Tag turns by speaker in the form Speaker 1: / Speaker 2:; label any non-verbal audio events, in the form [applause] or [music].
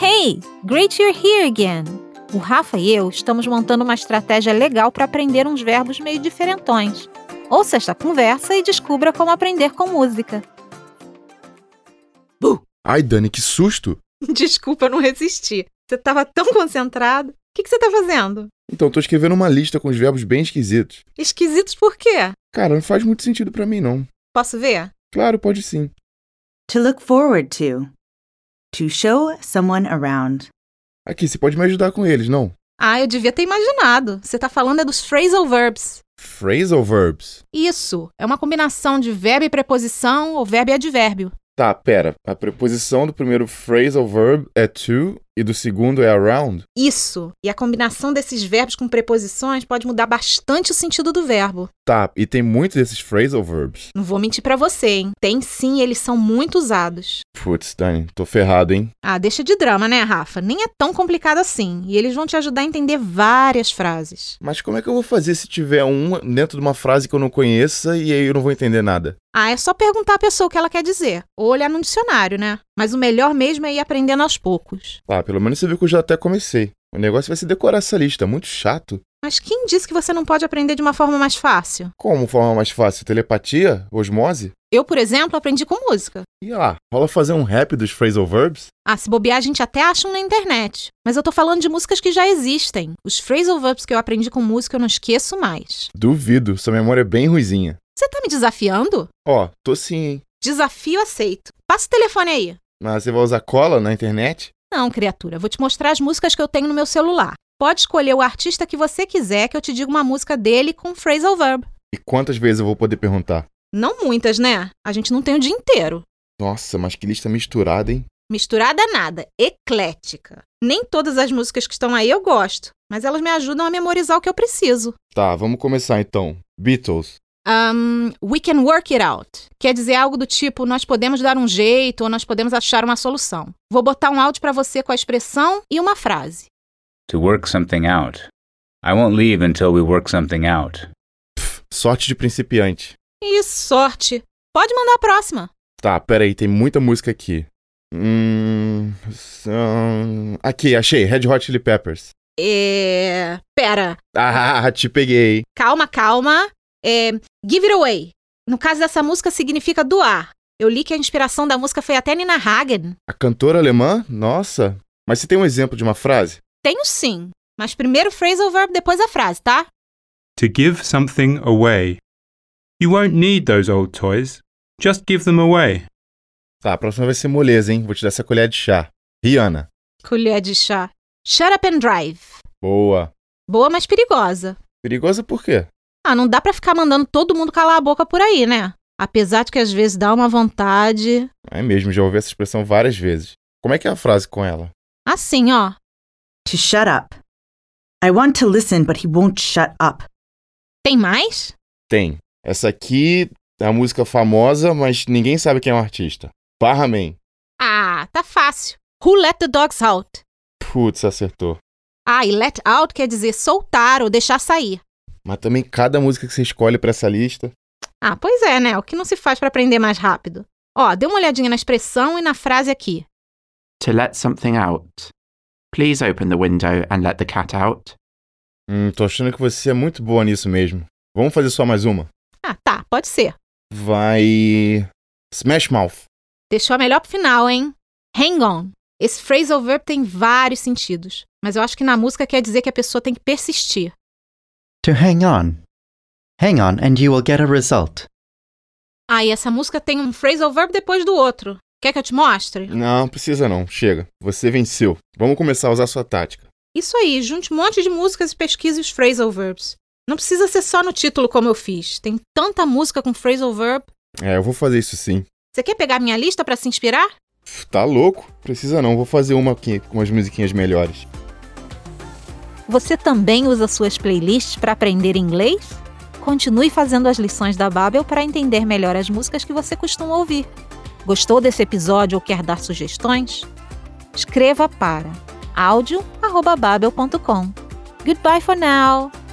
Speaker 1: Hey, great you're here again! O Rafa e eu estamos montando uma estratégia legal para aprender uns verbos meio diferentões. Ouça esta conversa e descubra como aprender com música.
Speaker 2: Ai, Dani, que susto!
Speaker 1: [laughs] Desculpa, eu não resisti. Você estava tão concentrado. O que, que você está fazendo?
Speaker 2: Então, tô escrevendo uma lista com os verbos bem esquisitos.
Speaker 1: Esquisitos por quê?
Speaker 2: Cara, não faz muito sentido pra mim, não.
Speaker 1: Posso ver?
Speaker 2: Claro, pode sim.
Speaker 3: To look forward to. To show someone around.
Speaker 2: Aqui, você pode me ajudar com eles, não?
Speaker 1: Ah, eu devia ter imaginado. Você está falando é dos phrasal verbs.
Speaker 2: Phrasal verbs.
Speaker 1: Isso, é uma combinação de verbo e preposição ou verbo e advérbio.
Speaker 2: Tá, pera. A preposição do primeiro phrasal verb é to e do segundo é around?
Speaker 1: Isso, e a combinação desses verbos com preposições pode mudar bastante o sentido do verbo.
Speaker 2: Tá, e tem muitos desses phrasal verbs.
Speaker 1: Não vou mentir pra você, hein? Tem sim, eles são muito usados.
Speaker 2: Putz, Dani, tô ferrado, hein?
Speaker 1: Ah, deixa de drama, né, Rafa? Nem é tão complicado assim, e eles vão te ajudar a entender várias frases.
Speaker 2: Mas como é que eu vou fazer se tiver um dentro de uma frase que eu não conheça e aí eu não vou entender nada?
Speaker 1: Ah, é só perguntar à pessoa o que ela quer dizer, ou olhar no dicionário, né? Mas o melhor mesmo é ir aprendendo aos poucos.
Speaker 2: Ah, pelo menos você viu que eu já até comecei. O negócio vai ser decorar essa lista, muito chato.
Speaker 1: Mas quem disse que você não pode aprender de uma forma mais fácil?
Speaker 2: Como forma mais fácil? Telepatia? Osmose?
Speaker 1: Eu, por exemplo, aprendi com música.
Speaker 2: E lá, rola fazer um rap dos phrasal verbs?
Speaker 1: Ah, se bobear, a gente até acha um na internet. Mas eu tô falando de músicas que já existem. Os phrasal verbs que eu aprendi com música eu não esqueço mais.
Speaker 2: Duvido, sua memória é bem ruizinha.
Speaker 1: Você tá me desafiando?
Speaker 2: Ó, tô sim, hein?
Speaker 1: Desafio aceito. Passa o telefone aí.
Speaker 2: Mas você vai usar cola na internet?
Speaker 1: Não, criatura, vou te mostrar as músicas que eu tenho no meu celular. Pode escolher o artista que você quiser que eu te diga uma música dele com phrasal verb.
Speaker 2: E quantas vezes eu vou poder perguntar?
Speaker 1: Não muitas, né? A gente não tem o dia inteiro.
Speaker 2: Nossa, mas que lista misturada, hein?
Speaker 1: Misturada nada, eclética. Nem todas as músicas que estão aí eu gosto, mas elas me ajudam a memorizar o que eu preciso.
Speaker 2: Tá, vamos começar então. Beatles.
Speaker 1: Um, we can work it out. Quer dizer algo do tipo, nós podemos dar um jeito ou nós podemos achar uma solução. Vou botar um áudio para você com a expressão e uma frase.
Speaker 4: To work something out. I won't leave until we work something out.
Speaker 2: Pff, sorte de principiante.
Speaker 1: E sorte! Pode mandar a próxima.
Speaker 2: Tá, peraí, tem muita música aqui. Hum. São... Aqui, achei. Red Hot Chili Peppers. [laughs]
Speaker 1: É. Pera,
Speaker 2: Ah, te peguei.
Speaker 1: calma, calma. É. Give it away. No caso dessa música, significa doar. Eu li que a inspiração da música foi até Nina Hagen.
Speaker 2: A cantora alemã? Nossa. Mas você tem um exemplo de uma frase?
Speaker 1: Tenho sim. Mas primeiro o phrasal verb, depois a frase, tá?
Speaker 5: to give something away. You won't need those old toys, just give them away.
Speaker 2: Tá, a próxima vai ser moleza, hein? Vou te dar essa colher de chá. Rihanna.
Speaker 1: Colher de chá. Shut up and drive.
Speaker 2: Boa.
Speaker 1: Boa, mas perigosa.
Speaker 2: Perigosa por quê?
Speaker 1: Ah, não dá pra ficar mandando todo mundo calar a boca por aí, né? Apesar de que às vezes dá uma vontade.
Speaker 2: É mesmo, já ouvi essa expressão várias vezes. Como é que é a frase com ela?
Speaker 1: Assim, ó.
Speaker 3: To shut up. I want to listen, but he won't shut up.
Speaker 1: Tem mais?
Speaker 2: Tem. Essa aqui é a música famosa, mas ninguém sabe quem é o artista. Barra Man.
Speaker 1: Ah, tá fácil. Who let the dogs out?
Speaker 2: Putz, acertou.
Speaker 1: Ah, e let out quer dizer soltar ou deixar sair.
Speaker 2: Mas também cada música que você escolhe pra essa lista.
Speaker 1: Ah, pois é, né? O que não se faz pra aprender mais rápido? Ó, dê uma olhadinha na expressão e na frase aqui.
Speaker 6: To let something out. Please open the window and let the cat out.
Speaker 2: Hum, tô achando que você é muito boa nisso mesmo. Vamos fazer só mais uma?
Speaker 1: Ah, tá, pode ser.
Speaker 2: Vai. Smash Mouth.
Speaker 1: Deixou a melhor pro final, hein? Hang on. Esse phrasal verb tem vários sentidos, mas eu acho que na música quer dizer que a pessoa tem que persistir.
Speaker 7: To hang on. Hang on and you will get a result.
Speaker 1: Ah, e essa música tem um phrasal verb depois do outro. Quer que eu te mostre?
Speaker 2: Não, precisa não. Chega. Você venceu. Vamos começar a usar sua tática.
Speaker 1: Isso aí, junte um monte de músicas e pesquise os phrasal verbs. Não precisa ser só no título como eu fiz. Tem tanta música com phrasal verb.
Speaker 2: É, eu vou fazer isso sim.
Speaker 1: Você quer pegar minha lista pra se inspirar?
Speaker 2: Pff, Tá louco? Precisa não. Vou fazer uma aqui com umas musiquinhas melhores.
Speaker 1: Você também usa suas playlists para aprender inglês? Continue fazendo as lições da Babel para entender melhor as músicas que você costuma ouvir. Gostou desse episódio ou quer dar sugestões? Escreva para audio@babel.com. Goodbye for now.